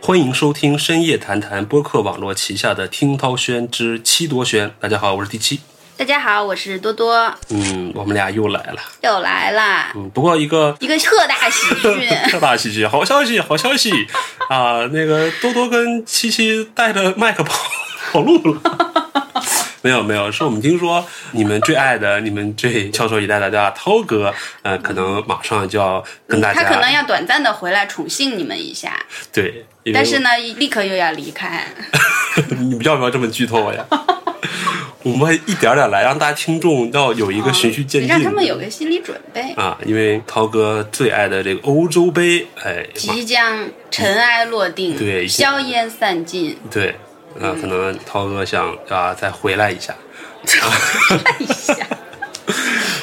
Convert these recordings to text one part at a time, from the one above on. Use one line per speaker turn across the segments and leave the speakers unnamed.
欢迎收听《深夜谈谈》播客网络旗下的《听涛轩之七多轩》。大家好，我是第七。
大家好，我是多多，
嗯，我们俩又来了。
又来啦，
嗯，不过一个
一个特大喜讯。
特大喜讯，好消息，好消息啊！那个多多跟七七带着麦克跑跑路了。 没有没有，是我们听说你们最爱的、你们最翘首以待的大家涛哥，呃，可能马上就要跟 大家、
嗯他可能要短暂的回来宠幸你们一下，
对，因为
但是呢，立刻又要离开。
你们要不要这么剧透呀？我们一点点来，让大家听众要有一个循序渐进，
哦让他们有个心理准备，
啊，因为涛哥最爱的这个欧洲杯，哎，马
即将尘埃落定，
对已经
硝烟 散尽。
对，啊，
嗯
可能涛哥想啊再回来一下，
看一下，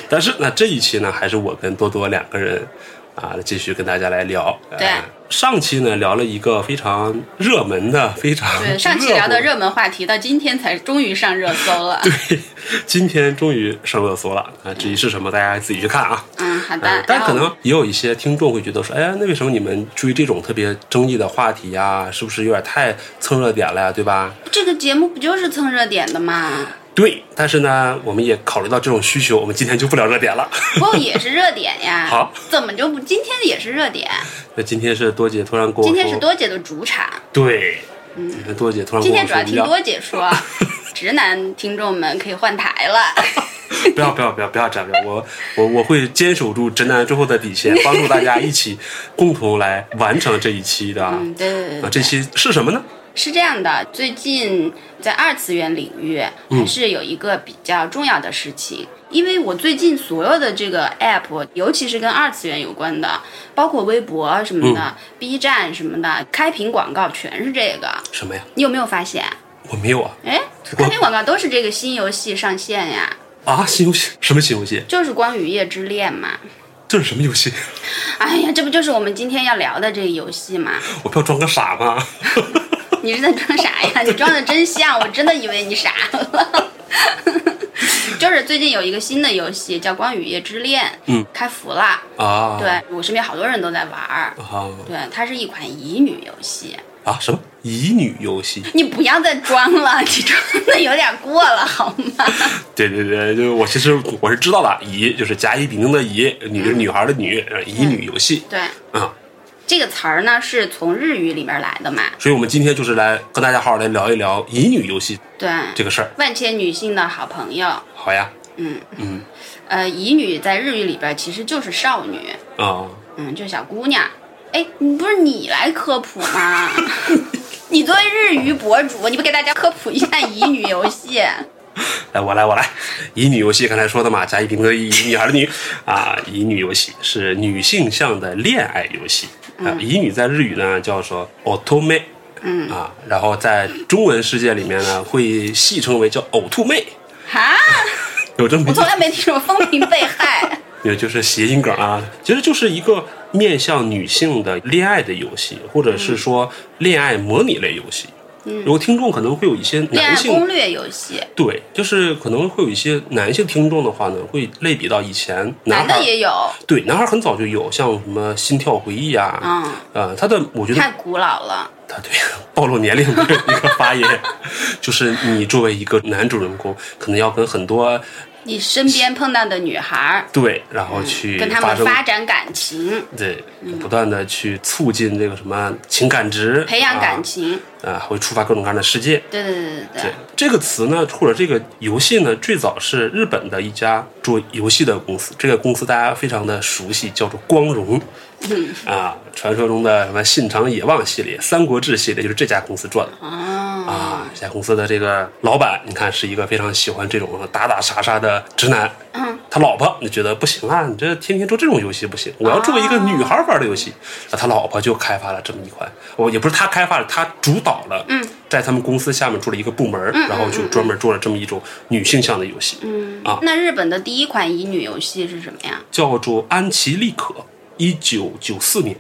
但是那这一期呢，还是我跟多多两个人啊，继续跟大家来聊。
对
呃上期呢聊了一个非常热门的、非常
对，上期聊的
热
热门话题到今天才终于上热搜 了。
乎，对，今天终于上热搜了啊！至于是什么，大家自己去看啊。
嗯，好的。
嗯，
然
但
后
可能也有一些听众会觉得说，哎呀，那为什么你们追这种特别争议的话题呀、是不是有点太蹭热点了呀，对吧？
这个节目不就是蹭热点 的吗？
对，但是呢，我们也考虑到这种需求，我们今天就不聊热点了。
不过也是热点呀。
好，
怎么就不？今天也是热点，
那今天是多姐突然跟我说，
今天是多姐的主场。
对，嗯，多姐突然
今
跟
天
我说我
主要
们
听
要
多姐说，啊直男听众们可以换台了。
不要不要不要不要这样，不要我我我会坚守住直男最后的底线，帮助大家一 起共同来完成这一期的啊。
嗯，对对对
啊，
对，
这期是什么呢？
是这样的。最近在二次元领域还是有一个比较重要的事情，因为我最近所有的这个 app，尤其是跟二次元有关的，包括微博什么的、B 站什么的，开屏广告全是这个。
什么呀？
你有没有发现？
我没有啊
哎，开屏广告都是这个新游戏上线呀，
啊！新游戏什么新游戏？
就是《光与夜之恋》嘛。
这是什么游戏？
哎呀，这不就是我们今天要聊的这个游戏吗？
我不要装个傻吗？
你是在装傻呀？你装的真像，我真的以为你傻了。 就是最近有一个新的游戏叫《光与夜之恋》，
嗯，
开服了。
啊，
对我身边好多人都在玩儿。
啊
对，它是一款乙女游戏。
啊什么乙女游戏？
你不要再装了，你装的有点过了好吗？
对对对，就是我其实我是知道的，乙就是甲乙丙丁的乙，女是女孩的女，呃乙女游戏
对，
啊。
这个词儿呢是从日语里边来的嘛。
所以我们今天就是来跟大家好好来聊一聊乙女游戏
对，
这个事儿，
万千女性的好朋友，
好呀？
呃，乙女在日语里边其实就是少女，
啊，
嗯，就小姑娘。哎，你不是你来科普吗？ 你作为日语博主，你不给大家科普一下乙女游戏？
来我来我来，乙女游戏刚才说的嘛，甲乙丙丁乙，女孩的女啊，乙女游戏是女性向的恋爱游戏啊，
嗯
乙女在日语呢叫做 otome。嗯啊，然后在中文世界里面呢，会戏称为叫“呕吐妹
哈，”，
有这么
我
一
从来没听说风评被害。
也就是谐音梗啊，其实就是一个面向女性的恋爱的游戏，或者是说恋爱模拟类游戏。嗯，有听众可能会有一些
恋
男
爱
性
攻，略游戏，
对，就是可能会有一些男性听众的话呢，会类比到以前
男
男
的
孩，
也有，
对，男孩很早就有，像什么心跳回忆啊，
嗯
呃，他的我觉得
太古老了。
他对暴露年龄的一个发言， 就是你作为一个男主人公，可能要跟很多
你身边碰到的女孩儿，
对，然后去
嗯跟她
发
们
生
发嗯展感情，
对，不断的去促进这个什么情感值，
培养感情。
啊，啊会触发各种各样的世界。
对对对对
对这个词呢，或者这个游戏呢，最早是日本的一家做游戏的公司，这个公司大家非常的熟悉，叫做光荣。啊，传说中的什么《信长野望》系列、《三国志》系列，就是这家公司做的。
对。啊，
啊，这家公司的这个老板，你看是一个非常喜欢这种打打杀杀的直男。嗯，他老婆就觉得不行啊，你这天天做这种游戏不行，我要做一个女孩玩的游戏。那他老婆就开发了这么一款，我也不是他开发的，他主导了。嗯，在他们公司下面做了一个部门，然后就专门做了这么一种女性向的游戏，嗯啊，
那日本的第一款乙女游戏是什么呀？
叫做安琪丽可，一九九四年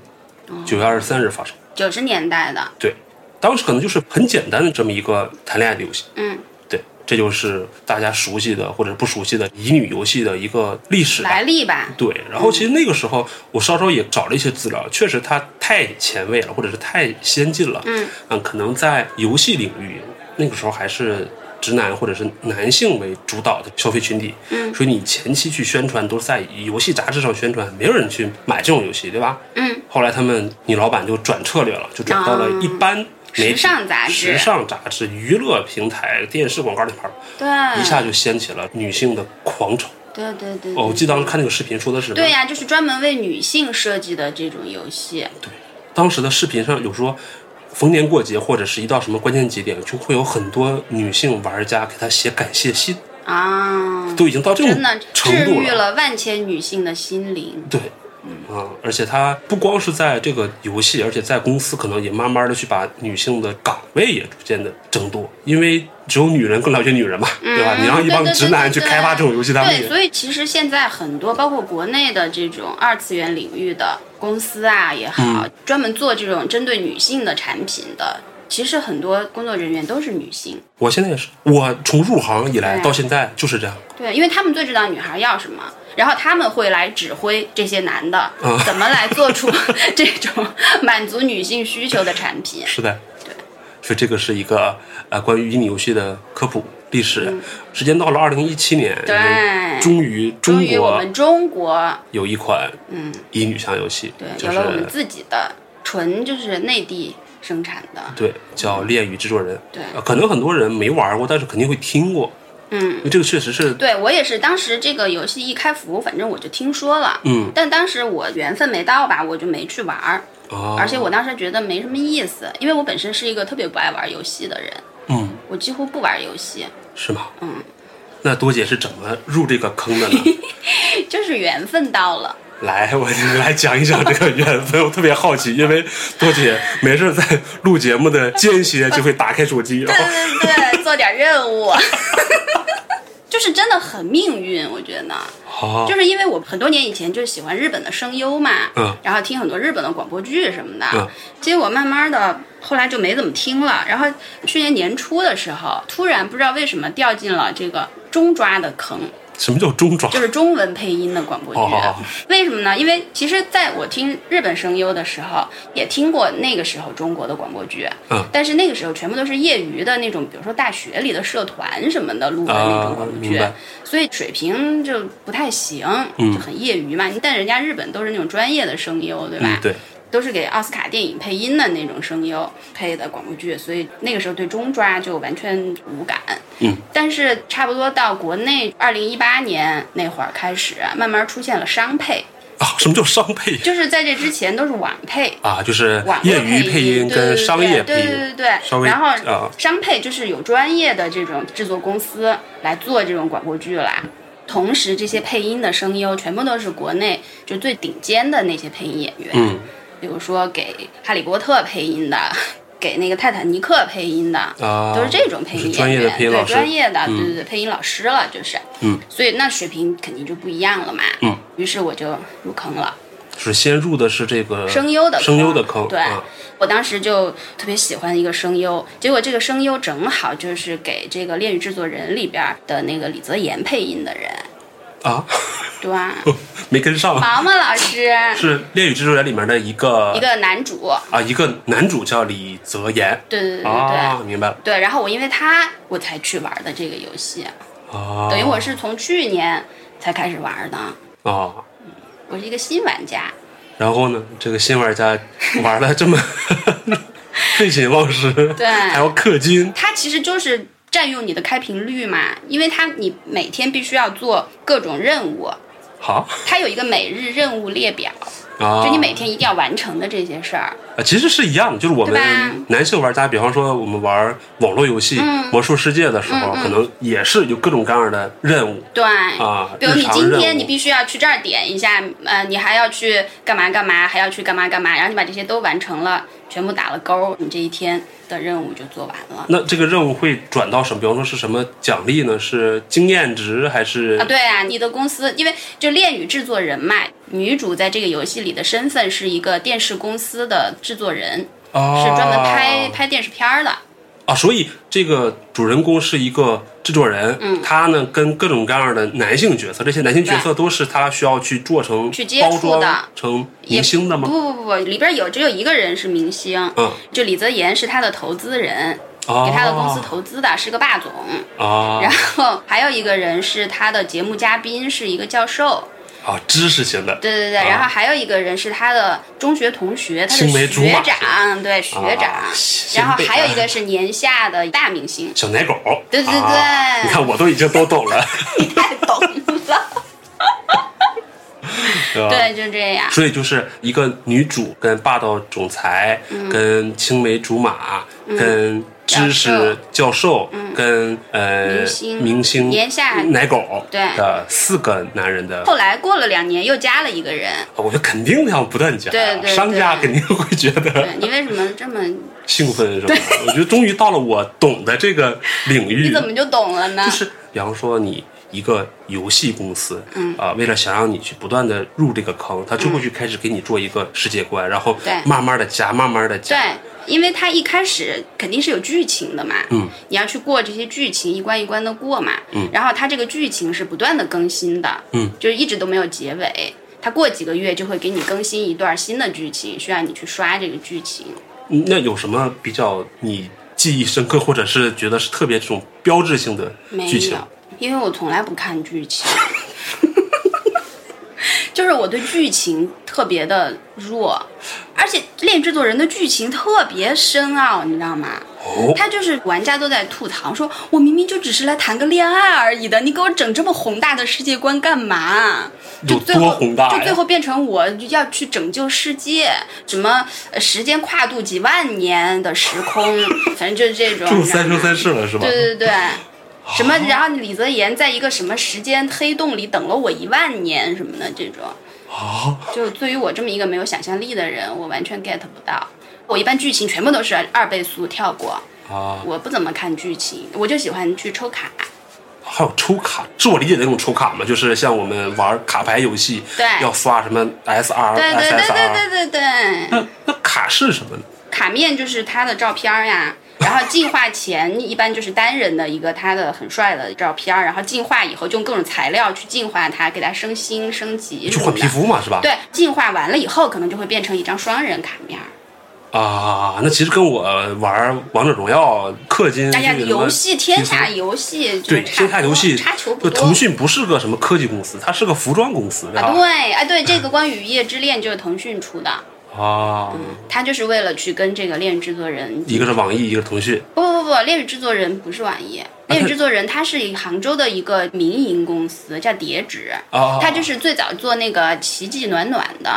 九月二十三日发售。
九十年代的。
对，当时可能就是很简单的这么一个谈恋爱的游戏。
嗯，
对，这就是大家熟悉的或者不熟悉的乙女游戏的一个历史吧
来历吧。
对，然后其实那个时候我稍稍也找了一些资料，确实它太前卫了，或者是太先进了。嗯，可能在游戏领域那个时候还是。直男或者是男性为主导的消费群体，嗯，所以你前期去宣传都是在游戏杂志上宣传，没有人去买这种游戏，对吧？
嗯。
后来他们，你老板就转策略了，就转到了一般媒体、
哦时尚杂志
时尚杂志、娱乐平台、电视广告那块儿，
对，
一下就掀起了女性的狂潮。
对对对。
哦，我
对
记得当时看那个视频说的是什么，
对呀、就是专门为女性设计的这种游戏。
当时的视频上有说，逢年过节或者是一到什么关键节点，就会有很多女性玩家给他写感谢信，
啊，
都已经到这种
真的
程
治
度
愈了万千女性的心灵。
对，啊，而且它不光是在这个游戏，而且在公司可能也慢慢的去把女性的岗位也逐渐的争夺，因为只有女人更了解女人嘛，对吧？你让一帮
嗯对对对
直男去
对对
开发这种游戏，他们
对，
也
所以其实现在很多包括国内的这种二次元领域的公司啊也好，
嗯
专门做这种针对女性的产品的，其实很多工作人员都是女性。
我现在也是，我从入行以来
对
到现在就是这样，
对，因为他们最知道女孩要什么，然后他们会来指挥这些男的、
啊
怎么来做出 这种满足女性需求的产品。
是的，所以这个是一个呃关于乙女游戏的科普历史。时间到了二零一七年，
嗯对
我们终于
终
中
于，我
国
们中国
有一款嗯乙女向游戏，
对
就
有
是
了我们自己的纯就是内地生产的。
对，叫《恋与制作人》。
对
呃可能很多人没玩过，但是肯定会听过。嗯，因为这个确实是
对我也是，当时这个游戏一开服，反正我就听说了，
嗯，
但当时我缘分没到吧，我就没去玩儿，
啊，
而且我当时觉得没什么意思，因为我本身是一个特别不爱玩游戏的人，
嗯，
我几乎不玩游戏，
是吗？嗯，那多姐是怎么入这个坑的 呢？
就是缘分到了。
来，我你来讲一讲这个缘分，我特别好奇，因为多姐没事在录节目的间歇就会打开手机，然
对
后
对对，做点任务， 就是真的很命运，我觉得。
哦
就是因为我很多年以前就喜欢日本的声优嘛，
嗯
然后听很多日本的广播剧什么的，
嗯
结果慢慢的后来就没怎么听了。然后去年年初的时候，突然不知道为什么掉进了这个中抓的坑，
什么叫中爪？
就是中文配音的广播剧。啊
哦哦哦
为什么呢？因为其实在我听日本声优的时候，也听过那个时候中国的广播剧，
嗯
但是那个时候全部都是业余的那种，比如说大学里的社团什么的录的那种
啊
广播，
明
剧，
白，
所以水平就不太行，就很业余嘛。但人家日本都是那种专业的声优，对吧？
嗯，对，
都是给奥斯卡电影配音的那种声优配的广播剧，所以那个时候对中抓就完全无感。
嗯，
但是差不多到国内二零一八年那会儿开始，慢慢出现了商配，
啊，什么叫商配
就是在这之前都是网配。
啊？就是
网络
业余配音跟商业配
对对
音，
对对
稍
对，
微
然后
啊
商配就是有专业的这种制作公司来做这种广播剧啦。同时，这些配音的声优全部都是国内就最顶尖的那些配音演员，
嗯，
比如说给《哈利波特》配音的，给那个《泰坦尼克》配音的，
啊，
都是这种配
就是
音
专业的
演员，
配音老
对
师
专业的，对对对，配音老师了就是，
嗯，
所以那水平肯定就不一样了嘛，
嗯，
于是我就入坑了。
是先入的是这个
声优的
声优的坑，
对、
啊
我当时就特别喜欢一个声优，结果这个声优正好就是给这个《恋与制作人》里边的那个李泽言配音的人，
啊，
对吧？
没跟上，啊
毛毛老师
是《恋与制作人》里面的一个
啊一个男主，
啊，一个男主叫李泽言
对对对对嗯对、
啊，明白了
对，然后我因为他我才去玩的这个游戏，
啊，
等于我是从去年才开始玩的，
啊，
我是一个新玩家。
然后呢，这个新玩家玩的 这么 废寝忘食，
对
还要氪金，
它其实就是占用你的开屏率嘛，因为它你每天必须要做各种任务，
好
它有一个每日任务列表，
啊，
就你每天一定要完成的这些事儿。
啊，其实是一样的，就是我
对吧嗯
们男性玩家，比方说我们玩网络游戏《魔兽世界》的时候，可能也是有各种各样的任务
对，
啊，
哎比如你
日常
今
任
天
务
你必须要去这儿点一下，呃，你还要去干嘛干嘛，还要去干嘛干嘛，然后你把这些都完成了，全部打了勾，你这一天的任务就做完了。
那这个任务会转到什么？比方说是什么奖励呢？是经验值还是
啊，对啊，你的公司因为就《恋与制作人》嘛，女主在这个游戏里的身份呃是一个电视公司的制作人，
哦
是专门拍拍电视片儿的。
啊，所以这个主人公是一个制作人，
嗯
他呢跟各种各样的男性角色，这些男性角色都是他需要去做成
去接
包
触的
装成明星的吗？
不不不不，里边有只有一个人是明星，
嗯，
就李泽言是他的投资人，
啊，
给他的公司投资的，是个霸总。
啊
然后还有一个人是他的节目嘉宾，是一个教授。
啊，知识型的，
对对对，
啊
然后还有一个人是他的中学同学，他的
青梅竹马
学长，对学长。
啊先
然后
辈
还有一个是年下的大明星，
小奶狗，
对对对
啊你看我都已经都懂了，
你太懂
哦
了。
对吧？
对，就这样。
所以就是一个女主跟霸道总裁、
嗯
跟青梅竹马、跟知识教授、跟呃
嗯明星
明星
年下
奶狗
对
的四个男人的。
后来过了两年，又加了一个人。
我觉得肯定要不断加，
对对对
商家肯定会觉得
对你为什么这么？
兴奋，是吧？我觉得终于到了我懂的这个领域。
你怎么就懂了呢？
就是比方说你一个游戏公司，嗯啊、为了想让你去不断的入这个坑，他就会去开始给你做一个世界观，然后
嗯对
慢慢的加，慢慢的加，
对，因为它一开始肯定是有剧情的嘛，嗯，你要去过这些剧情，一关一关的过嘛，嗯，然后它这个剧情是不断的更新的，
嗯，
就是一直都没有结尾。它过几个月就会给你更新一段新的剧情，需要你去刷这个剧情。
嗯那有什么比较你记忆深刻，或者是觉得是特别这种标志性的
没
剧情哦
有？，因为我从来不看剧 情，就是我对剧情特别的弱，而且恋制作人的剧情特别深奥，你知道吗？
哦，
他就是玩家都在吐槽说，我明明就只是来谈个恋爱而已的，你给我整这么宏大的世界观干嘛？就
有
最后
多宏大呀
就最后变成我要去拯救世界，什么呃时间跨度几万年的时空，反正就 是这种。
就三生三世了是吧？啊
对对对。什么？然后李泽言在一个什么时间黑洞里等了我一万年什么的这种，
啊，
就对于我这么一个没有想象力的人，我完全 get 不到。我一般剧情全部都是二倍速跳过，
啊，
我不怎么看剧情，我就喜欢去抽卡。
还有抽卡，是我理解的那种抽卡吗？就是像我们玩卡牌游戏，
对
要刷什么 SR、
对对对
SSR，
对对对对，
啊那那卡是什么呢？
卡面就是他的照片儿呀。然后进化前一般就是单人的一个他的很帅的照片儿，然后进化以后就用各种材料去进化它，给它升星升级
就
什
换
么
皮
的。
肤嘛是吧？
对，进化完了以后可能就会变成一张双人卡面儿。
啊，那其实跟我玩王者荣耀氪金，
哎呀，
嗯这个什么
游戏天下
皮肤
游戏就
对
是差
天下
不多
游戏
差球
就
不多。
腾讯不是个什么科技公司，它是个服装公司，对
啊，
吧？嗯
对，哎对，这个关于《雨夜之恋》就是腾讯出的，
啊，
他就是为了去跟这个恋制作人
一个是网易，一个是腾讯，
不不不，恋与制作人不是网易，
啊
恋与制作人它是杭州的一个民营公司，叫叠纸。
哦
它就是最早做那个奇迹暖暖的。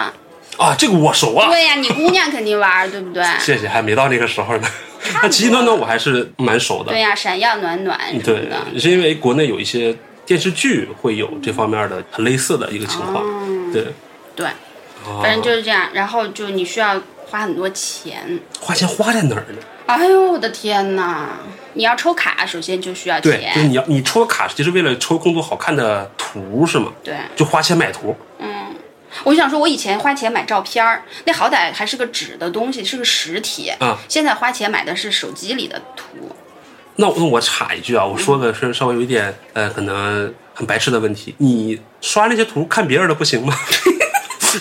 啊，这个我熟啊，
对呀、你姑娘肯定玩儿，对不对？
谢谢，还没到那个时候呢。 那奇迹暖暖我还是蛮熟的
对，呀、闪耀暖暖什么
嗯对
的。，
是因为国内有一些电视剧会有这方面的很类似的一个情况，
哦
对，
对，
啊
反正就是这样。然后就你需要花很多钱。
花钱花在哪儿呢？
哎呦我的天哪！你要抽卡，首先就需要
对，就是
钱。
你要你抽卡就是为了抽更多好看的图是吗？
对，
就花钱买图。
我想说，我以前花钱买照片儿，那好歹还是个纸的东西，是个实体。
啊
现在花钱买的是手机里的图。
那我那我插一句啊，我说个是稍微有一点呃，可能很白痴的问题，你刷那些图看别人的不行吗？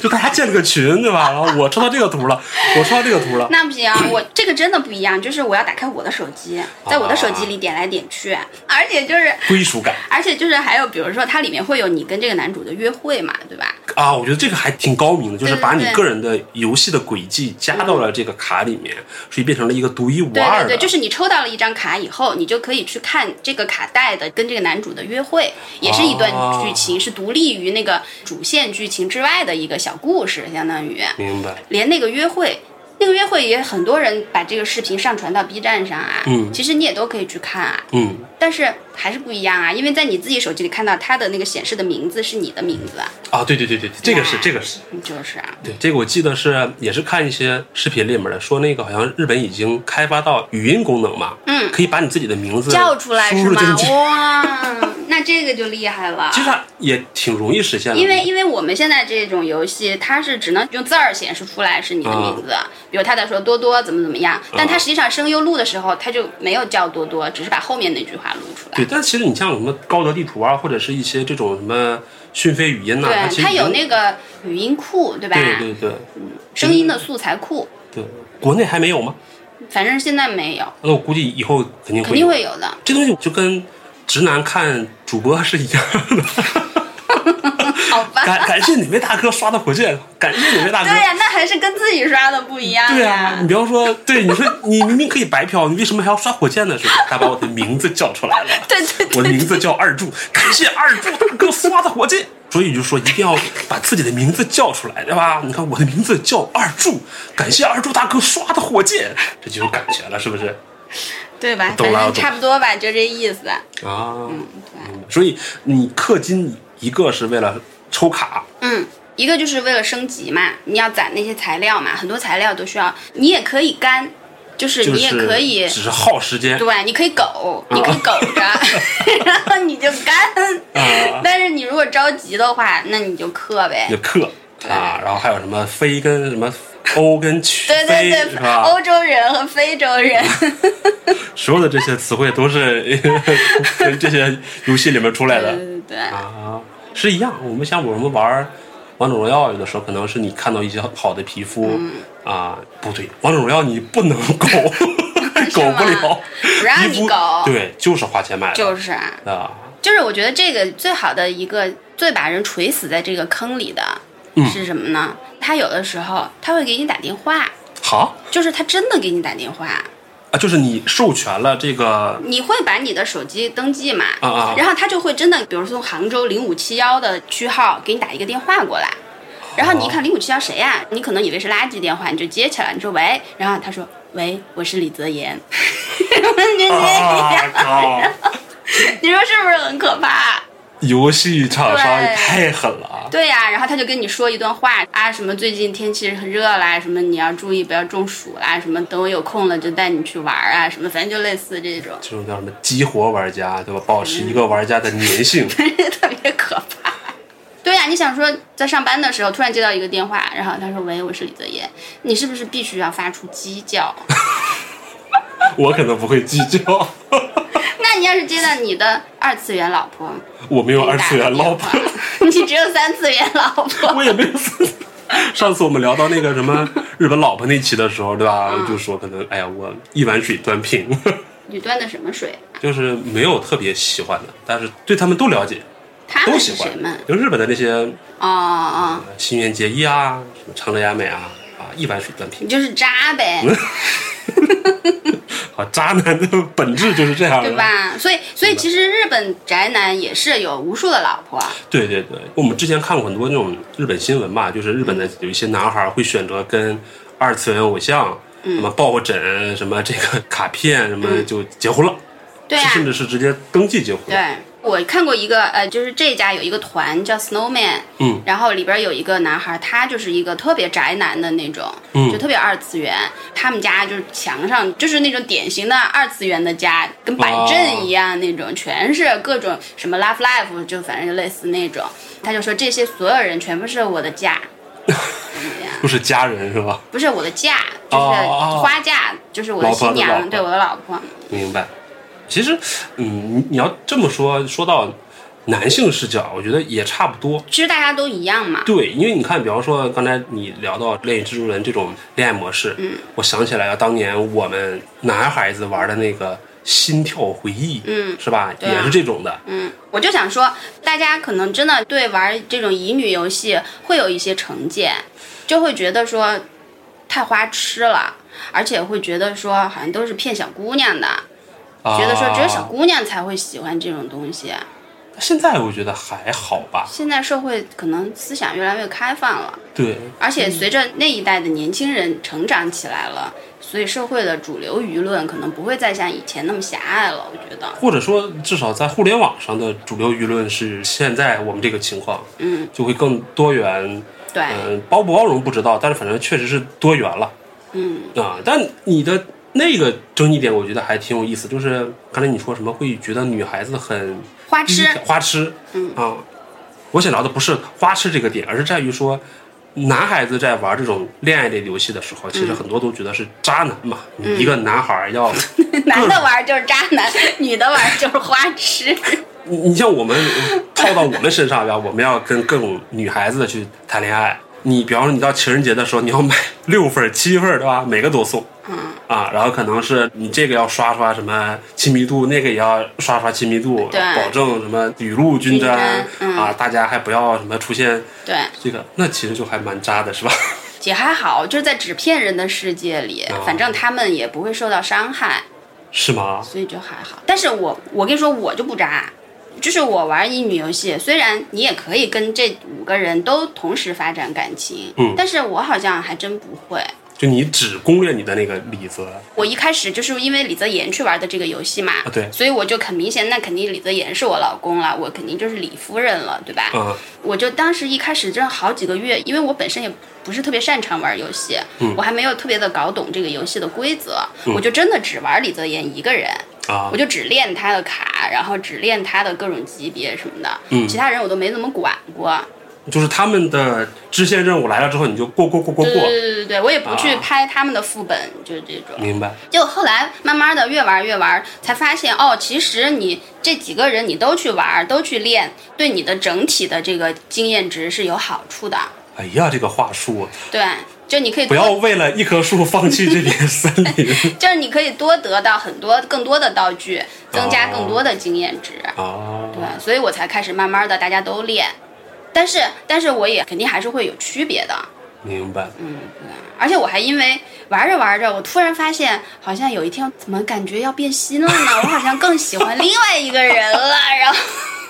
就大家建了个群对吧？然后我抽到这个图了，我抽到这个图了，
那不行，啊我这个真的不一样，就是我要打开我的手机，在我的手
啊
机里点来点去，而且就是，
归属感
而且就是还有，比如说它里面会有你跟这个男主的约会嘛，对吧？
啊，我觉得这个还挺高明的，就是
对对
把你
对
个人的游戏的轨迹加到了这个卡里面，所以变成了一个独一无
对
二的。
对对，就是你抽到了一张卡以后，你就可以去看这个卡带的跟这个男主的约会，也是一段剧情，是独立于那个主线剧情之外的一个小故事，相当于
明白
连那个约会。那个约会也很多人把这个视频上传到 B 站上啊，
嗯
其实你也都可以去看啊，
嗯
但是还是不一样啊，因为在你自己手机里看到它的那个显示的名字是你的名字啊，
啊，对对对对，对这个是
对
这个是。
就是啊，
对，这个我记得是也是看一些视频里面的，说那个好像日本已经开发到语音功能嘛，嗯，可以把你自己的名字
叫出来
输
是
入
吗
进去。？
哇，那这个个就厉害 了。
其实也挺容易实现的，
因为因为我们现在这种游戏，它是只能用字儿显示出来是你的名字，
啊
比如他在说多多怎么怎么样，但他实际上声优录的时候，他就没有叫多多，只是把后面那句话录出来。
对，但其实你像什么高德地图啊，或者是一些这种什么讯飞语音呐、它其
对，
实
它有
已经
那个语音库，对吧？
对对对
声音的素材库，
对，国内还没有吗？
反正现在没有，
那我估计以后肯定会有
肯定会有的。
这东西就跟直男看主播是一样的。
好吧。
感感谢哪位大哥刷的火箭，感谢哪位大
对
哥。
呀、那还是跟自己刷的不一样
对
哎呀。
啊，你比方说，对你说 你明明可以白嫖，你为什么还要刷火箭呢？是吧？他把我的名字叫出来了，
对对对
我的名字叫二柱，感谢二柱大哥刷的火箭。所以就说一定要把自己的名字叫出来，对吧？你看我的名字叫二柱，感谢二柱大哥刷的火箭，这就有感觉了，是不是？
对吧？
懂
反
了
正
懂了
差不多吧，就这意思。
啊，所以你氪金一个是为了抽卡，
嗯，一个就是为了升级嘛，你要攒那些材料嘛，很多材料都需要。你也可以干，就是
就
你也
是啊
可以，
只是耗时间。
对，你可以苟，你可以苟 着，然后你就干。
啊
但是你如果着急的话，那你就氪呗
就。克啊，然后还有什么非跟什么欧跟曲
对对
非是
对，
吧
欧？洲人和非洲人，
所有的这些词汇都是 跟这些游戏里面出来
对
的
对对，
啊，是一样。我们像我们玩王者荣耀，有的时候可能是你看到一些好的皮肤
嗯
啊，不对，王者荣耀你不能 苟，苟不了，
不让
皮肤
你苟，
对，就是花钱买的，
就是啊，
啊，
就是我觉得这个最好的一个最把人锤死在这个坑里的
嗯
是什么呢？他有的时候他会给你打电话，
好
就是他真的给你打电话，
啊，就是你授权了这 个
你会把你的手机登记嘛，
啊啊
然后他就会真的，比如说杭州零五七幺的区号给你打一个电话过来。然后你一看零五七幺谁呀、你可能以为是垃圾电话，你就接起来，你说喂，然后他说喂，我是李泽言，你
啊靠。
你说是不是很可怕？
游戏厂商
对
也太狠了啊！
对呀、然后他就跟你说一段话啊，什么最近天气很热啦，什么你要注意不要中暑啦，什么等我有空了就带你去玩啊，什么反正就类似这种，
这种叫什么激活玩家，对吧？保持一个玩家的粘性，
特别可怕。对呀、你想说在上班的时候突然接到一个电话，然后他说喂，我是李泽言，你是不是必须要发出鸡叫？
我可能不会计较。
那你要是接到你的二次元老婆，
我没 有二次元老婆，
你只有三次元老 婆，
我也没有三次。上次我们聊到那个什么日本老婆那期的时候，对吧？就说可能哎呀，我一碗水端平，
你端的什么水？
就是没有特别喜欢的，但是对他们都了解，
他
都
们
喜
是
欢
谁们？。
就日本的那些呃
哦哦，哦
新垣结衣啊，什么长泽雅美啊，啊，一碗水端平。
你就是渣呗。
啊，渣男的本质就是这样的，
对吧？所以，所以其实日本宅男也是有无数的老婆，
对对对，我们之前看过很多那种日本新闻嘛，就是日
嗯
本的有一些男孩会选择跟二次元偶像，
嗯
什么抱个枕，什么这个卡片，什么就结婚了，
对啊，
甚至是直接登记结婚。
对。啊我看过一个，呃，就是这家有一个团叫 Snowman，
嗯，
然后里边有一个男孩，他就是一个特别宅男的那种，
嗯
就特别二次元。他们家就是墙上就是那种典型的二次元的家，跟摆阵一样那种，全是各种什么 Love Life，就反正就类似那种。他就说这些所有人全部是我的 家，
都是家人是吧？
不是我的嫁，就是
哦
花嫁，就是我的
老婆
新
的老
娘，
婆
对我的老婆。
明白。其实，嗯，你你要这么说，说到男性视角，我觉得也差不多。
其实大家都一样嘛，
对，因为你看，比方说刚才你聊到《恋与制作人》这种恋爱模式，嗯，我想起来了，当年我们男孩子玩的那个《心跳回忆》，嗯，是吧？
啊
也是这种的，
嗯，我就想说，大家可能真的对玩这种乙女游戏会有一些成见，就会觉得说太花痴了，而且会觉得说好像都是骗小姑娘的，
啊
觉得说只有小姑娘才会喜欢这种东西。
现在我觉得还好吧，
现在社会可能思想越来越开放了，
对，
而且随着那一代的年轻人成长起来了，所以社会的主流舆论可能不会再像以前那么狭隘了。我觉得，
或者说至少在互联网上的主流舆论是现在我们这个情况，
嗯，
就会更多元，
对，
嗯、包不包容不知道，但是反正确实是多元了。
嗯，
啊，但你的那个争议点，我觉得还挺有意思，就是刚才你说什么会觉得女孩子很
花痴
第一条花痴，啊，我想聊的不是花痴这个点，而是在于说，男孩子在玩这种恋爱类游戏的时候，其实很多都觉得是渣男嘛。你一个男孩儿要
男的玩就是渣男，女的玩就是花痴。
你你像我们套到我们身上吧，我们要跟各种女孩子去谈恋爱。你比方说，你到情人节的时候，你要买 六份儿、七份儿，对吧？每个都送。嗯。啊，然后可能是你这个要刷刷什么亲密度，那个也要刷刷亲密度，
对
保证什么雨露均沾
均沾嗯
啊，大家还不要什么出现
对，
这个，那其实就还蛮渣的，是吧？
也还好，就是在纸片人的世界里，
哦
反正他们也不会受到伤害，
是吗？
所以就还好。但是我我跟你说，我就不渣，就是我玩乙女游戏，虽然你也可以跟这五个人都同时发展感情，
嗯
但是我好像还真不会。
就你只攻略你的那个李泽，
我一开始就是因为李泽言去玩的这个游戏嘛，
啊对
所以我就很明显，那肯定李泽言是我老公了，我肯定就是李夫人了，对吧？
嗯，
我就当时一开始真的好几个月，因为我本身也不是特别擅长玩游戏，
嗯
我还没有特别的搞懂这个游戏的规则，我就真的只玩李泽言一个人，
啊
我就只练他的卡，然后只练他的各种级别什么的，
嗯
其他人我都没怎么管过。
就是他们的支线任务来了之后，你就过过过过
对
过
对，对对对，我也不去
啊
拍他们的副本，就是这种。
明白？
结果后来慢慢的越玩越玩，才发现哦，其实你这几个人你都去玩，都去练，对你的整体的这个经验值是有好处的。
哎呀，这个话术，
对，就你可以
不
多
要为了一棵树放弃这片森 林
就是你可以多得到很多更多的道
哦
具，增加更多的经验值。
啊！
对，所以我才开始慢慢的大家都练，但是但是我也肯定还是会有区别的。
明白？
而且我还因为玩着玩着，我突然发现，好像有一天怎么感觉要变心 了呢？我好像更喜欢另外一个人了，然后，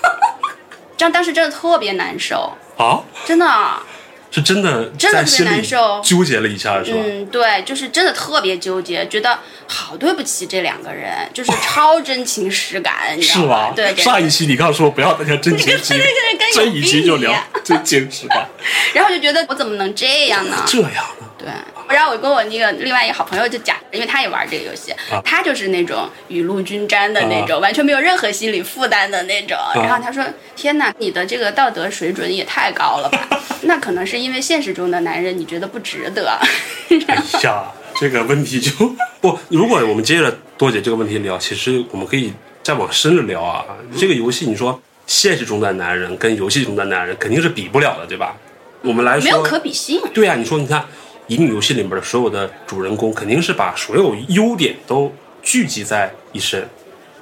这样当时真的特别难受，
啊，
真的，
是真的
真的
在心
特别
里
难受
纠结了一下，是吧？
嗯，对，就是真的特别纠结，觉得好对不起这两个人，就是超真情实感，你知
是
道吗
吧？？
对，对
上一期你刚说不要大家真情实感，
对对，
这
跟有
一
病
期就聊
样。
真情实 感，
然后就觉得我怎么能这样呢？
这样啊呢？
对，然后我跟我那个另外一个好朋友就讲，因为他也玩这个游戏，
啊
他就是那种雨露均沾的那种，完全没有任何心理负担的那
啊
种。然后他说：“天哪，你的这个道德水准也太高了 吧？那可能是因为现实中的男人你觉得不值得。
哎呀，这个问题就 不，如果我们接着多姐这个问题聊，其实我们可以再往深了聊啊。这个游戏，你说现实中的男人跟游戏中的男人肯定是比不了的，对吧？我们来说，
没有可比性。
对啊，你说你看《乙女游戏》里面的所有的主人公，肯定是把所有优点都聚集在一身。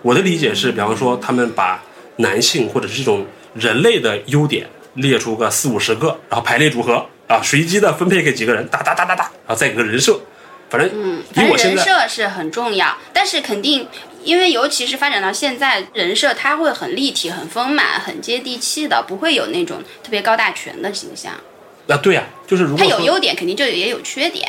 我的理解是，比方说他们把男性或者是这种人类的优点列出个四五十个，然后排列组合啊，随机的分配给几个人，哒哒哒哒哒，然后再给个人设。反正
反
以
正
我现
嗯人
在
设是很重要，但是肯定，因为尤其是发展到现在，人设它会很立体、很丰满、很接地气的，不会有那种特别高大全的形象。
啊，对啊，就是如
它
果
有
说
优点，肯定就也有缺点。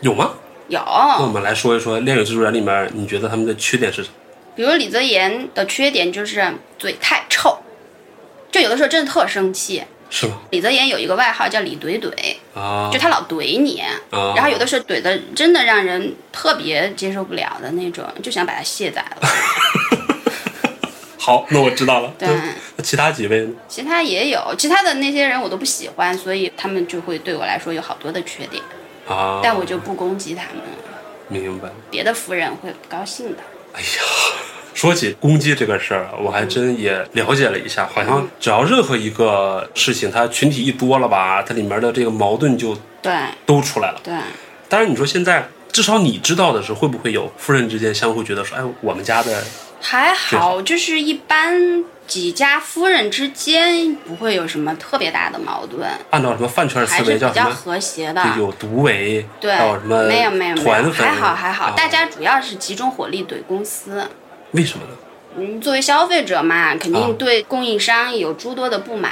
有吗？
有，
那我们来说一说《恋与制作人》里面，你觉得他们的缺点是什么？
比如李泽言的缺点就是嘴太臭，就有的时候真的特生气。
是吗？
李泽言有一个外号叫李怼怼，
啊
就他老怼你，
啊，
然后有的时候怼的真的让人特别接受不了的那种，就想把他卸载 了。
好，那我知道了。
对，
那其他几位呢？
其他也有，其他的那些人我都不喜欢，所以他们就会对我来说有好多的缺点，
啊，
但我就不攻击他们了，
明白。
别的夫人会不高兴的。
哎呀，说起攻击这个事儿，我还真也了解了一下，好像只要任何一个事情，它群体一多了吧，它里面的这个矛盾就
对
都出来了。
对，
当然，你说现在至少你知道的是，会不会有夫人之间相互觉得说，哎，我们家的
还好，就是一般几家夫人之间不会有什么特别大的矛盾，
按照什么饭圈思
还是
维
比
叫
较
什么？
和谐的。
有独为，
对
还有什，么
没有没有没
团
有，
粉，
还好还好，
啊
大家主要是集中火力怼公司。
为什么呢？
嗯，作为消费者嘛，肯
啊
定对供应商有诸多的不满。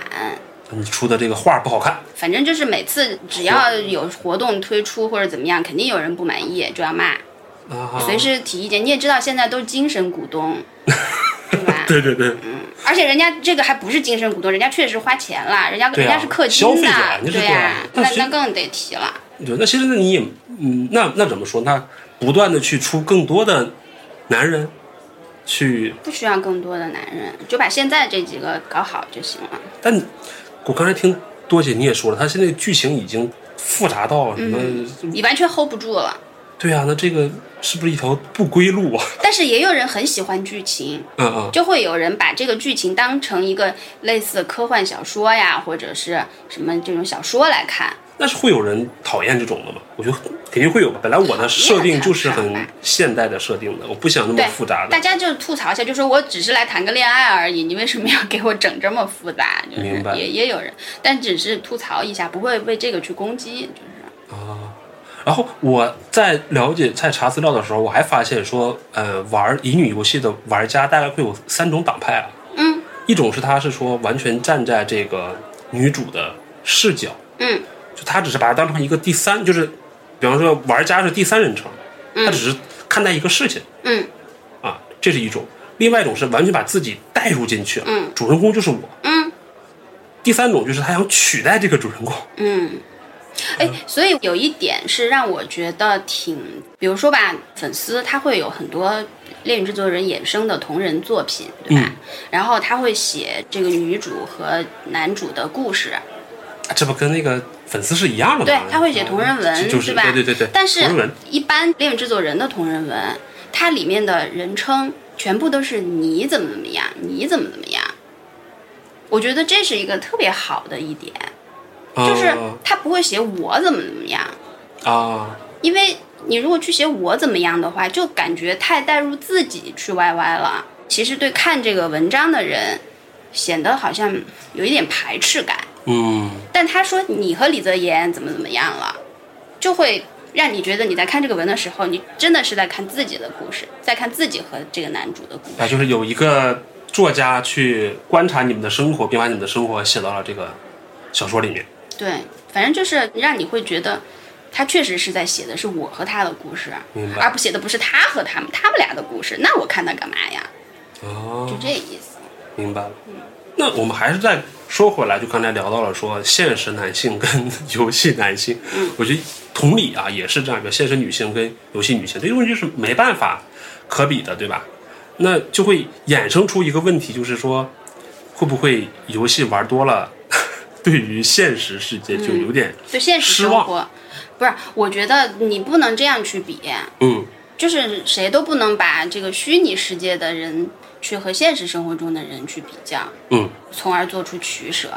你出的这个画不好看，
反正就是每次只要有活动推出或者怎么样，肯定有人不满意就要骂，
啊，
随时提意见。你也知道现在都是精神股 东，对吧？
对对对，
而且人家这个还不是精神股东，人家确实花钱了，人家、
对啊
人家是氪
消费
金
者
的
啊，你是
对
对啊但
那
是
那更得提了。
对，那其实那你也，嗯，那那怎么说？那不断的去出更多的男人，去
不需要更多的男人，就把现在这几个搞好就行了。
但我刚才听多姐你也说了，他现在剧情已经复杂到什么？
你完全 hold 不住了。
对啊，那这个是不是一条不归路啊？
但是也有人很喜欢剧情，
嗯嗯，
就会有人把这个剧情当成一个类似科幻小说呀，或者是什么这种小说来看。
那是会有人讨厌这种的吗？我觉得肯定会有吧。本来我的设定就是
讨
很
厌吧
现代的设定的，我不想那么
对
复杂的
大。家就吐槽一下，就说我只是来谈个恋爱而已，你为什么要给我整这么复杂？就是
明白
也也有人，但只是吐槽一下，不会为这个去攻击。就是
然后我在了解、在查资料的时候，我还发现说，呃，玩乙女游戏的玩家大概会有三种党派啊。
嗯，
一种是他是说完全站在这个女主的视角，
嗯，
就他只是把它当成一个第三，就是比方说玩家是第三人称，他只是看待一个事情
嗯
啊，这是一种；另外一种是完全把自己带入进去了，
嗯
主人公就是我。
嗯
第三种就是他想取代这个主人公，
嗯，哎，所以有一点是让我觉得挺，比如说吧，粉丝他会有很多。恋与制作人衍生的同人作品，对吧？
嗯
然后他会写这个女主和男主的故事，
这不跟那个粉丝是一样的吗？啊
对，他会写同人文，
嗯就是
吧？
对对对对，
但是
同人文，
一般恋与制作人的同人文，它里面的人称全部都是你怎么怎么样，你怎么怎么样。我觉得这是一个特别好的一点，就是
啊
他不会写我怎么怎么样，
啊，
因为你如果去写我怎么样的话，就感觉太带入自己去 YY 了。其实对看这个文章的人，显得好像有一点排斥感。
嗯，
但他说你和李泽言怎么怎么样了，就会让你觉得你在看这个文的时候，你真的是在看自己的故事，在看自己和这个男主的故事。
啊，就是有一个作家去观察你们的生活，并把你们的生活写到了这个小说里面。
对，反正就是让你会觉得，他确实是在写的是我和他的故事，
明白
而不写的不是他和他们他们俩的故事。那我看他干嘛呀？
哦
就，这意思。
明白了。那我们还是再说回来，就刚才聊到了说现实男性跟游戏男性，我觉得同理啊也是这样，一个现实女性跟游戏女性，这个问题是没办法可比的，对吧？那就会衍生出一个问题，就是说会不会游戏玩多了， 对于现实世界就有点
对现实生
失望
活，不是，我觉得你不能这样去比。
嗯
就是谁都不能把这个虚拟世界的人去和现实生活中的人去比较，
嗯
从而做出取舍，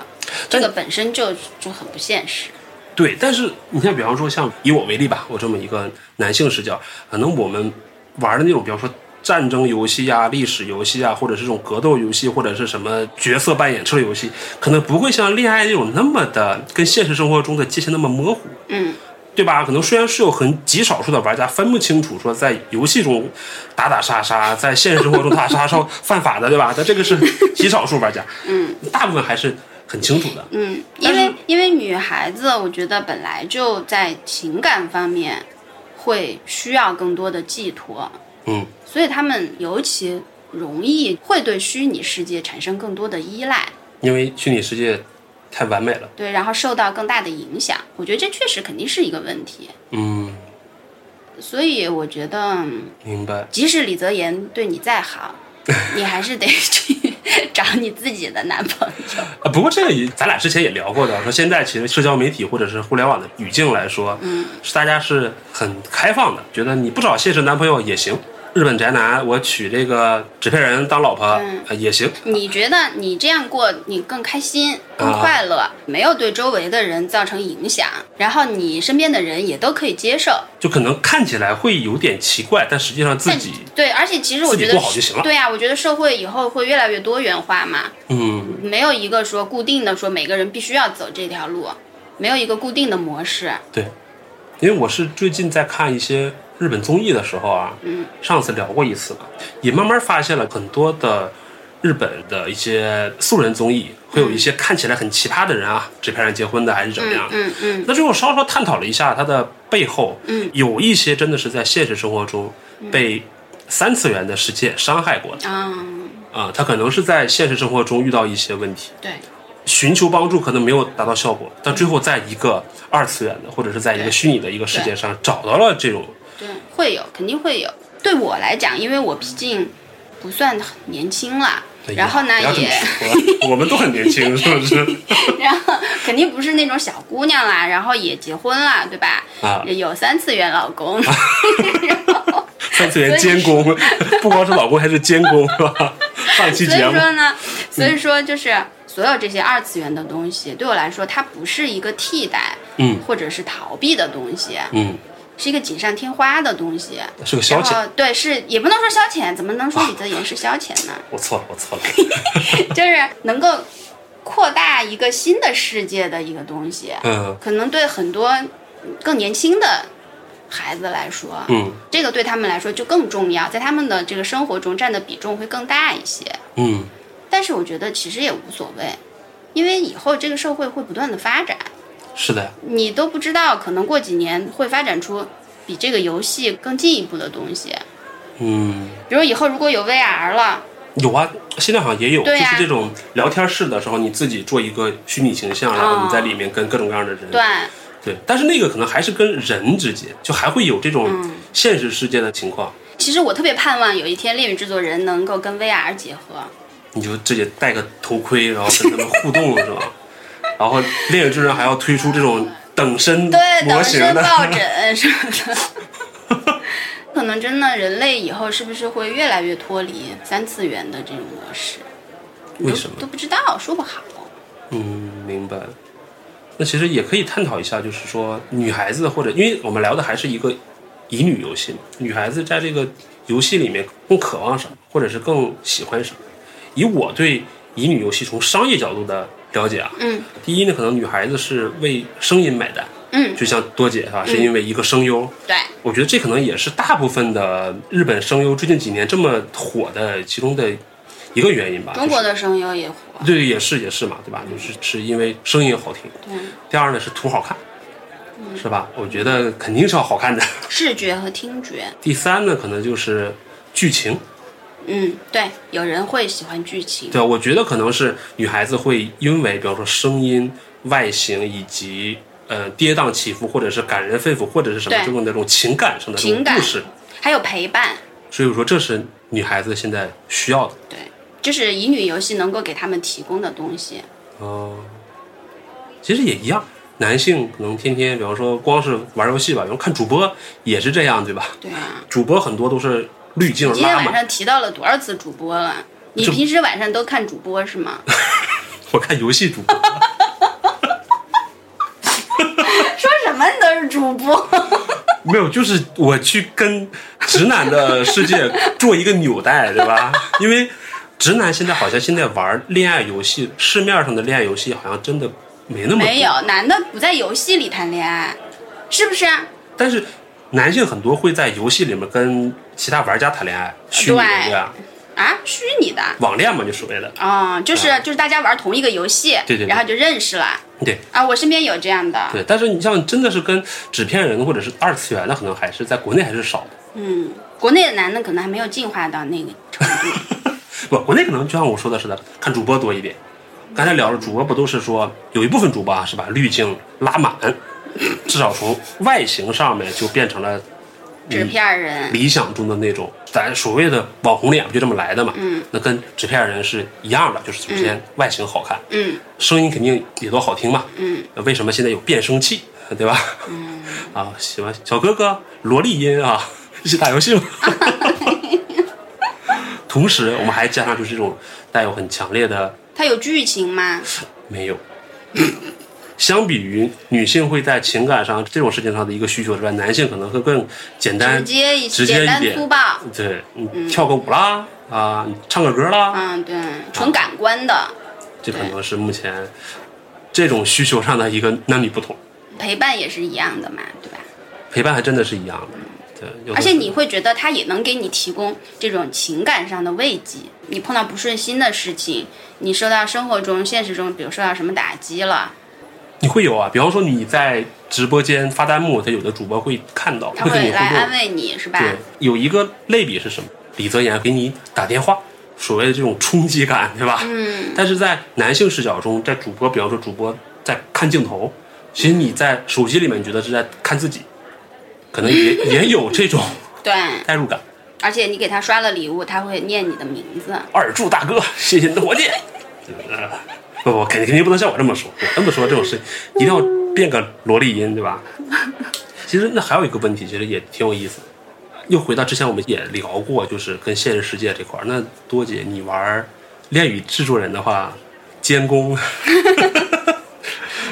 这
但
个本身就就很不现实。
对，但是你像比方说像以我为例吧，我这么一个男性视角，可能我们玩的那种，比方说战争游戏啊、历史游戏啊，或者是这种格斗游戏，或者是什么角色扮演之类游戏，可能不会像恋爱那种那么的跟现实生活中的界限那么模糊，
嗯，
对吧？可能虽然是有很极少数的玩家分不清楚说在游戏中打打杀杀，在现实生活中打打杀 杀犯法的，对吧？但这个是极少数玩家，嗯，大部分还是很清楚的，
嗯，
但
因
是
为因为女孩子，我觉得本来就在情感方面会需要更多的寄托，
嗯。
所以她们尤其容易会对虚拟世界产生更多的依赖，
因为虚拟世界太完美了。
对，然后受到更大的影响。我觉得这确实肯定是一个问题，
嗯，
所以我觉得。嗯
明白。
即使李泽言对你再好，你还是得 去找你自己的男朋友。
啊，不过这个也咱俩之前也聊过的，说现在其实社交媒体或者是互联网的语境来说，嗯，是大家是很开放的，觉得你不找现实男朋友也行。日本宅男，我娶这个纸片人当老婆、啊也行。
你觉得你这样过，你更开心、更
啊
快乐，没有对周围的人造成影响，然后你身边的人也都可以接受。
就可能看起来会有点奇怪，但实际上自己，
对，而且其实我
自己
觉得
过好就行了
对呀、啊我觉得社会以后会越来越多元化嘛，
嗯，
没有一个说固定的说每个人必须要走这条路，没有一个固定的模式。
对。因为我是最近在看一些日本综艺的时候啊，
嗯，
上次聊过一次嘛，也慢慢发现了很多的日本的一些素人综艺，会有一些看起来很奇葩的人啊，纸片人结婚的还是怎么样
嗯。嗯嗯
那最后稍稍探讨了一下他的背后，
嗯，
有一些真的是在现实生活中被三次元的世界伤害过的
啊、
啊、他可能是在现实生活中遇到一些问题，
对，
寻求帮助可能没有达到效果，但最后在一个二次元的或者是在一个虚拟的一个世界上找到了这种
对，会有，肯定会有。对我来讲，因为我毕竟不算很年轻啦。
哎呀
然后呢
不要这么
也
说 我们都很年轻，是不 是？
然后肯定不是那种小姑娘啦，然后也结婚啦，对吧？
啊
有三次元老公，
三次元监工， 不光是老公，还是监工，是 吧？上期
所以
节目嗯
说呢，所以说就是所有这些二次元的东西，对我来说，它不是一个替代，
嗯，
或者是逃避的东西，
嗯，
是一个锦上添花的东西。
是个消
然
遣。
后对，是也不能说消遣，怎么能说李泽言是消遣呢？
我错了，我错了。
就是能够扩大一个新的世界的一个东西，
嗯
可能对很多更年轻的孩子来说，
嗯
这个对他们来说就更重要，在他们的这个生活中占的比重会更大一些。
嗯，
但是我觉得其实也无所谓，因为以后这个社会会不断的发展，
是的呀。
你都不知道，可能过几年会发展出比这个游戏更进一步的东西。
嗯，
比如以后如果有 VR 了，
有啊，现在好像也有，
对
就
呀
是这种聊天室的时候，你自己做一个虚拟形象，然后
哦
你在里面跟各种各样的人。
对，
对，但是那个可能还是跟人之间，就还会有这
嗯
种现实世界的情况，
其实我特别盼望有一天《恋与制作人》能够跟 VR 结合。
你就自己戴个头盔，然后跟他们互动，是 吧？然后《猎人之刃》还要推出这种等身
对，
嗯模
等
型
身
的，
抱枕什么的。可能真的，人类以后是不是会越来越脱离三次元的这种模式？
为什么
都？不知道，说不好。
嗯，明白。那其实也可以探讨一下，就是说女孩子或者，因为我们聊的还是一个乙女游戏嘛，女孩子在这个游戏里面更渴望什么，或者是更喜欢什么。以我对乙女游戏从商业角度的了解啊，
嗯
第一呢，可能女孩子是为声音买单，
嗯，
就像多姐啊，是因为一个声优。
对，
我觉得这可能也是大部分的日本声优最近几年这么火的其中的一个原因吧。
中国的声优也火。
就是对，也是也是嘛，对吧？就是是因为声音好听，
对，嗯
第二呢是图好看，是吧？我觉得肯定是要好看的。
视觉和听觉，
第三呢，可能就是剧情，
嗯，对，有人会喜欢剧情，
对吧？我觉得可能是女孩子会因为，比方说声音、外形以及呃跌宕起伏，或者是感人肺腑，或者是什么
对
这种那种情感上的这种
情感
故事。
还有陪伴，
所以我说，这是女孩子现在需要的。
对，就是乙女游戏能够给他们提供的东西。
哦，其实也一样。男性可能天天，比方说光是玩游戏吧，然后看主播也是这样，对吧？
对啊，
主播很多都是滤镜
今天
拉
晚
满，
上提到了多少次主播了？你
这
平时晚上都看主播 是吗？
我看游戏主播，
说什么你都是主播，
没有，就是我去跟直男的世界做一个纽带，对吧？ 因为直男现在好像现在玩恋爱游戏，市面上的恋爱游戏好像真的没那么多
没，有，男的不在游戏里谈恋爱，是不是？
但是男性很多会在游戏里面跟其他玩家谈恋爱，虚拟的
对
对吧？
啊，虚拟的。
网恋嘛，就所谓的，
哦，就是、就是大家玩同一个游戏，
啊对对对
然后就认识了
对
啊。我身边有这样的，
对。但是你像真的是跟纸片人或者是二次元的，可能还是在国内还是少的。
嗯，国内的男的可能还没有进化到那个程度。
不，国内可能就像我说的似的，看主播多一点。刚才聊了，主播不都是说有一部分主播啊是把滤镜拉满，至少从外形上面就变成了
纸片人，
理想中的那种，咱所谓的网红脸不就这么来的嘛？
嗯，
那跟纸片人是一样的，就是首先外形好看，
嗯
声音肯定也都好听嘛。
嗯，
为什么现在有变声器，对吧？啊，喜欢小哥哥萝莉音啊，一起打游戏嘛。 同时，我们还加上就是这种带有很强烈的
他有剧情吗？
没有。相比于女性会在情感上这种事情上的一个需求之外，男性可能会更简单
直接一
哎直接
简
一
单
点
粗暴。
对你跳个舞啦，啊，你唱个歌啦，
嗯，对，纯感官的、
这可能是目前这种需求上的一个男女不同。
陪伴也是一样的嘛，对吧？
陪伴还真的是一样的，对，有的
而且你会觉得他也能给你提供这种情感上的慰藉。你碰到不顺心的事情，你受到生活中、现实中，比如受到什么打击了，
你会有啊，比方说你在直播间发弹幕，他有的主播会看到，
他
会跟你
会
互
来安
动。
慰你，是吧？
对，有一个类比是什么？李泽言给你打电话，所谓的这种冲击感，对吧？
嗯。
但是在男性视角中，在主播，比方说主播在看镜头，其实你在手 机里面，你觉得是在看自己，可能也也有这种
对
代入感。
而且你给他刷了礼物，他会念你的名字。
二柱大哥，谢谢你的火箭。呃，不不，肯定肯定不能像我这么说，我这么说这种事一定要变个萝莉音，对吧？ 其实那还有一个问题，其实也挺有意思的。又回到之前我们也聊过，就是跟现实世界这块儿。那多姐，你玩恋与制作人的话，监工，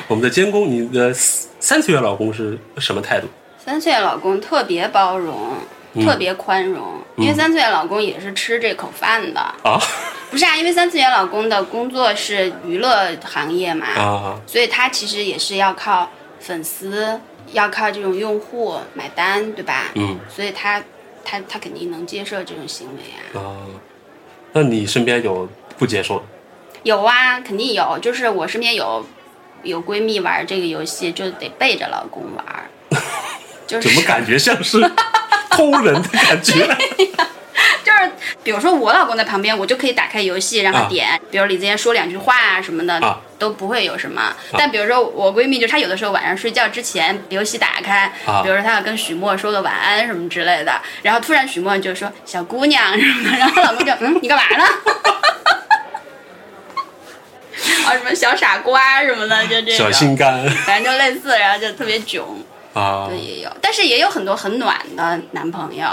我们的监工，你的三次元老公是什么态度？
三岁老公特别包容，
嗯
特别宽容，因为三岁老公也是吃这口饭的。
啊
不是啊，因为三次元老公的工作是娱乐行业嘛，
啊
所以他其实也是要靠粉丝，要靠这种用户买单，对吧？
嗯
所以他他他肯定能接受这种行为啊。
啊！那你身边有不接受的？
有啊，肯定有，就是我身边有有闺蜜玩这个游戏，就得背着老公 玩儿，就是
怎么感觉像是偷人的感觉？
就是比如说我老公在旁边，我就可以打开游戏让他
啊
点，比如李子妍说两句话啊什么的，
啊
都不会有什么。但比如说我闺蜜，就她有的时候晚上睡觉之前，游戏打开，
啊
比如说她要跟许墨说个晚安什么之类的，然后突然许墨就说小姑娘什么的，然后老公就嗯你干嘛呢？ 啊什么小傻瓜什么的，就这
小
种，
心肝
反正就类似，然后就特别囧，
啊
对，也有，但是也有很多很暖的男朋友。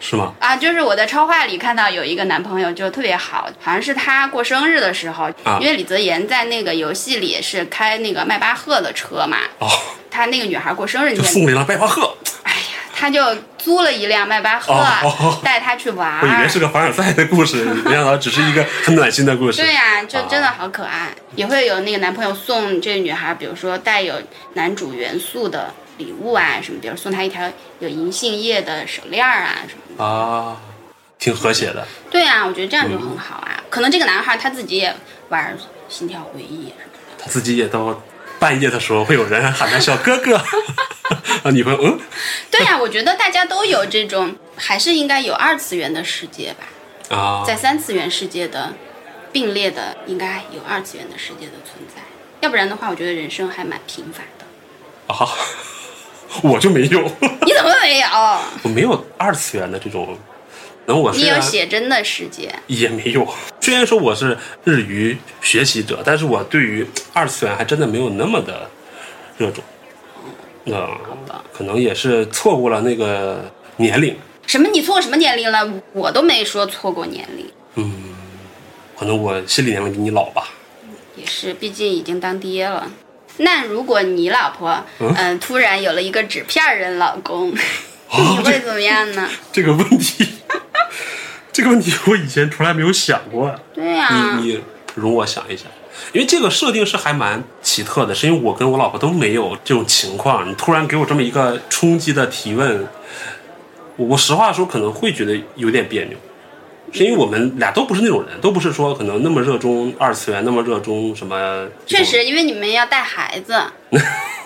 是吗？
啊，就是我在超话里看到有一个男朋友就特别好，好像是他过生日的时候，
啊
因为李泽言在那个游戏里是开那个迈巴赫的车嘛，
哦，
他那个女孩过生日那
就
天，
送给了拜巴赫，
他就租了一辆迈巴赫、
哦哦哦
带她去玩
我以为
儿
是。个凡尔赛的故事，没想到只是一个很暖心的故事。
对呀、就
啊
真的好可爱，也会有那个男朋友送这个女孩，比如说带有男主元素的礼物啊什么，比如送她一条有银杏叶的手链儿啊什么。
啊，挺和谐的。
对啊，我觉得这样就很好啊。可能这个男孩他自己也玩儿《心跳回忆》
他自己也到半夜的时候会有人喊他小哥 哥，啊，女朋友嗯
对呀、我觉得大家都有这种，还是应该有二次元的世界吧，
啊
在三次元世界的并列的，应该有二次元的世界的存在。要不然的话，我觉得人生还蛮平凡的。
啊， 我就没有，
你怎么没有？
我没有二次元的这种。然后我
你
虽
有
然
写真的世界，
也没有，虽然说我是日语学习者，但是我对于二次元还真的没有那么的热衷。嗯，
吧
可能也是错过了那个年龄，
什么？你错过什么年龄了？我都没说错过年龄，
可能我心理年龄比你老吧。
也是，毕竟已经当爹了。那如果你老婆，嗯、突然有了一个纸片儿人老
啊
公，你会怎么样 呢？
这个问题，这个问题我以前从来没有想过。
对呀、啊，
你你容我想一想，因为这个设定是还蛮奇特的，是因为我跟我老婆都没有这种情况。你突然给我这么一个冲击的提问，我我实话说可能会觉得有点别扭，是因为我们俩都不是那种人，都不是说可能那么热衷二次元，那么热衷什么。
确，实，因为你们要带孩子，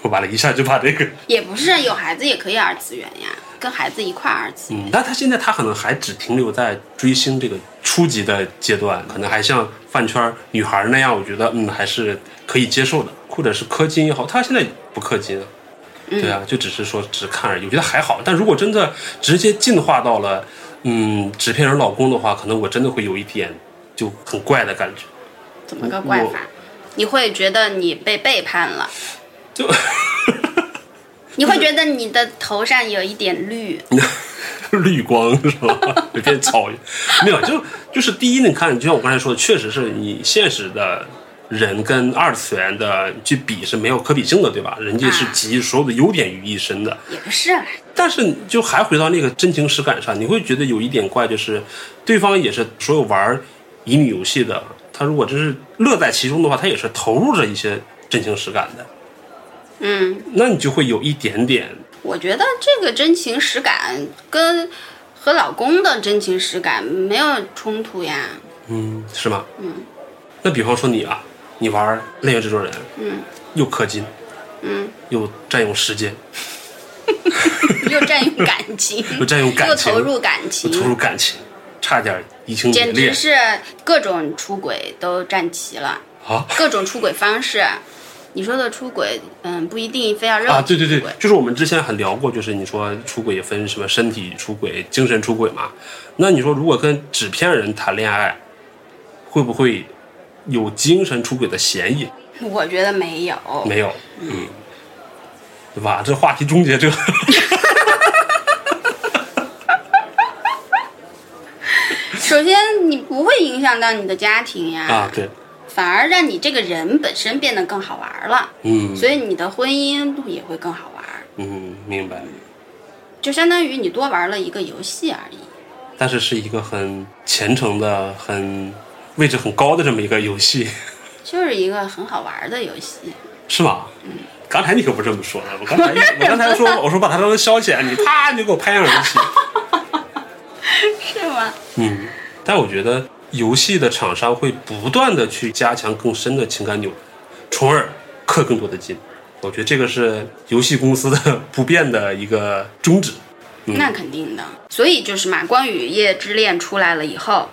我完了一下就把这个。
也不是有孩子也可以二次元呀，跟孩子一块儿二次元。
嗯，但他现在他可能还只停留在追星这个初级的阶段，可能还像饭圈女孩那样，我觉得嗯还是可以接受的，或者是氪金也好，他现在不氪金啊，对啊，就只是说只看而已，我觉得还好。但如果真的直接进化到了嗯纸片人老公的话，可能我真的会有一点就很怪的感觉，嗯
怎么个怪法？你会觉得你被背叛了，
就
你
嗯
会觉得你的头上有一点绿，
绿光是吧？ 有点草原，没有，就就是第一，你看，就像我刚才说的，确实是你现实的人跟二次元的去比是没有可比性的，对吧？人家是
啊
集所有的优点于一身的，
也不是啦。
但是你就还回到那个真情实感上，你会觉得有一点怪，就是对方也是所有玩乙女游戏的，他如果真是乐在其中的话，他也是投入着一些真情实感的，
嗯，
那你就会有一点点
我觉得这个真情实感跟和老公的真情实感没有冲突呀。
嗯，是吗？嗯。那比方说你啊，你玩《恋与制作人》，嗯，又氪金，
嗯，
又占用时间，
又占用感情，
又占用感
又
情，
投入感
又投
情，
入感情，差点移情别
简
恋
直是各种出轨都占齐了。
啊！
各种出轨方式，你说的出轨，嗯，不一定非要肉体出轨。
啊，对对对，就是我们之前很聊过，就是你说出轨也分什么身体出轨、精神出轨嘛。那你说如果跟纸片人谈恋爱，会不会有精神出轨的嫌疑？
我觉得没有。
没有，嗯，对吧？这话题终结者，
首先，你不会影响到你的家庭呀，
啊，对，
反而让你这个人本身变得更好玩了，
嗯
所以你的婚姻路也会更好玩，
嗯，明白。
就相当于你多玩了一个游戏而已。
但是是一个很虔诚的、很位置很高的这么一个游戏，
就是一个很好玩的游戏，
是吧？刚才你可不这么说的，啊我刚才我刚才说我说把它当成消遣，你啪你就给我拍上游戏，
是吗？
嗯。但我觉得游戏的厂商会不断的去加强更深的情感纽带，从而氪更多的金。我觉得这个是游戏公司的不变的一个宗旨。
那
嗯
肯定的。所以就是嘛，《光与夜之恋》出来了以后，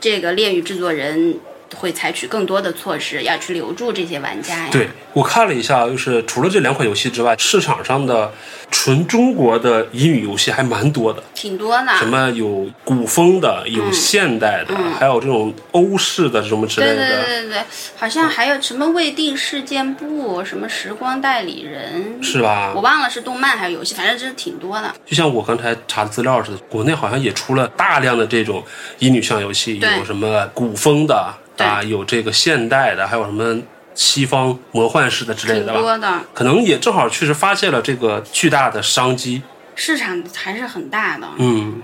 这个恋与制作人会采取更多的措施，要去留住这些玩家呀。
对我看了一下，就是除了这两款游戏之外，市场上的纯中国的乙女游戏还蛮多的。
挺多的。
什么有古风的，有
嗯
现代的，还有这种欧式的什么之类
对
的。
嗯对对对对，好像还有什么未定事件簿，什么时光代理人，
是吧
我？忘了是动漫还是游戏，反正真是挺多的。
就像我刚才查资料似的，国内好像也出了大量的这种乙女向游戏，
对
有什么古风的
对
啊，有这个现代的，还有什么西方魔幻式的之类
挺
的吧。
多的，
可能也正好确实发现了这个巨大的商机。
市场还是很大的。
嗯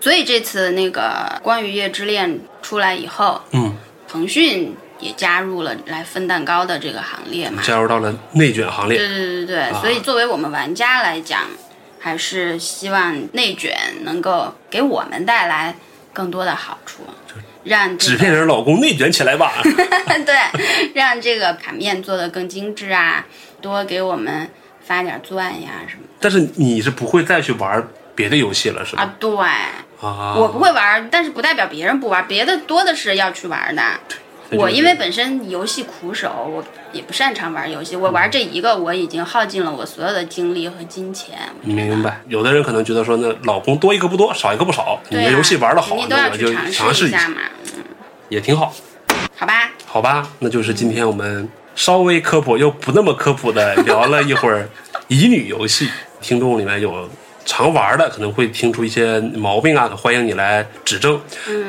所以这次那个《光与夜之恋》出来以后，
嗯，
腾讯也加入了来分蛋糕的这个行列嘛。
加入到了内卷行 列。
对对对对，所以作为我们玩家来讲，还是希望内卷能够给我们带来更多的好处，让这
纸
个
片人老公内卷起来 吧！
对，让这个卡面做的更精致啊，多给我们发点钻呀什么
但是你是不会再去玩别的游戏了，是
的
吧？
啊。对，
啊，
我不会玩，但是不代表别人不玩，别的多的是要去玩的。
那就
我
是
因为本身游戏苦手，我也不擅长玩游戏。我玩这一个，我已经耗尽了我所有的精力和金钱。
明白，有的人可能觉得说，那老公多一个不多，少一个不少。你
对
的
啊，
游戏玩的好，
你都
那
要
我
去
就
尝
尝试
一
一
下
下，
嘛。嗯
也挺好，
好吧，
好吧？那就是今天我们稍微科普又不那么科普的聊了一会儿乙女游戏，听众里面有。常玩的可能会听出一些毛病啊，欢迎你来指正。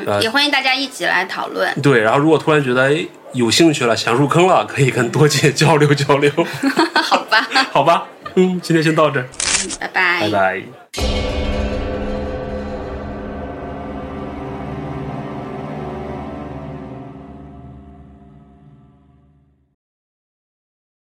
呃
也欢迎大家一起来讨论。
对，然后如果突然觉得哎有兴趣了，想入坑了，可以跟多姐交流交流，
好吧，
好吧？嗯，今天先到这儿，
拜拜
拜拜。
「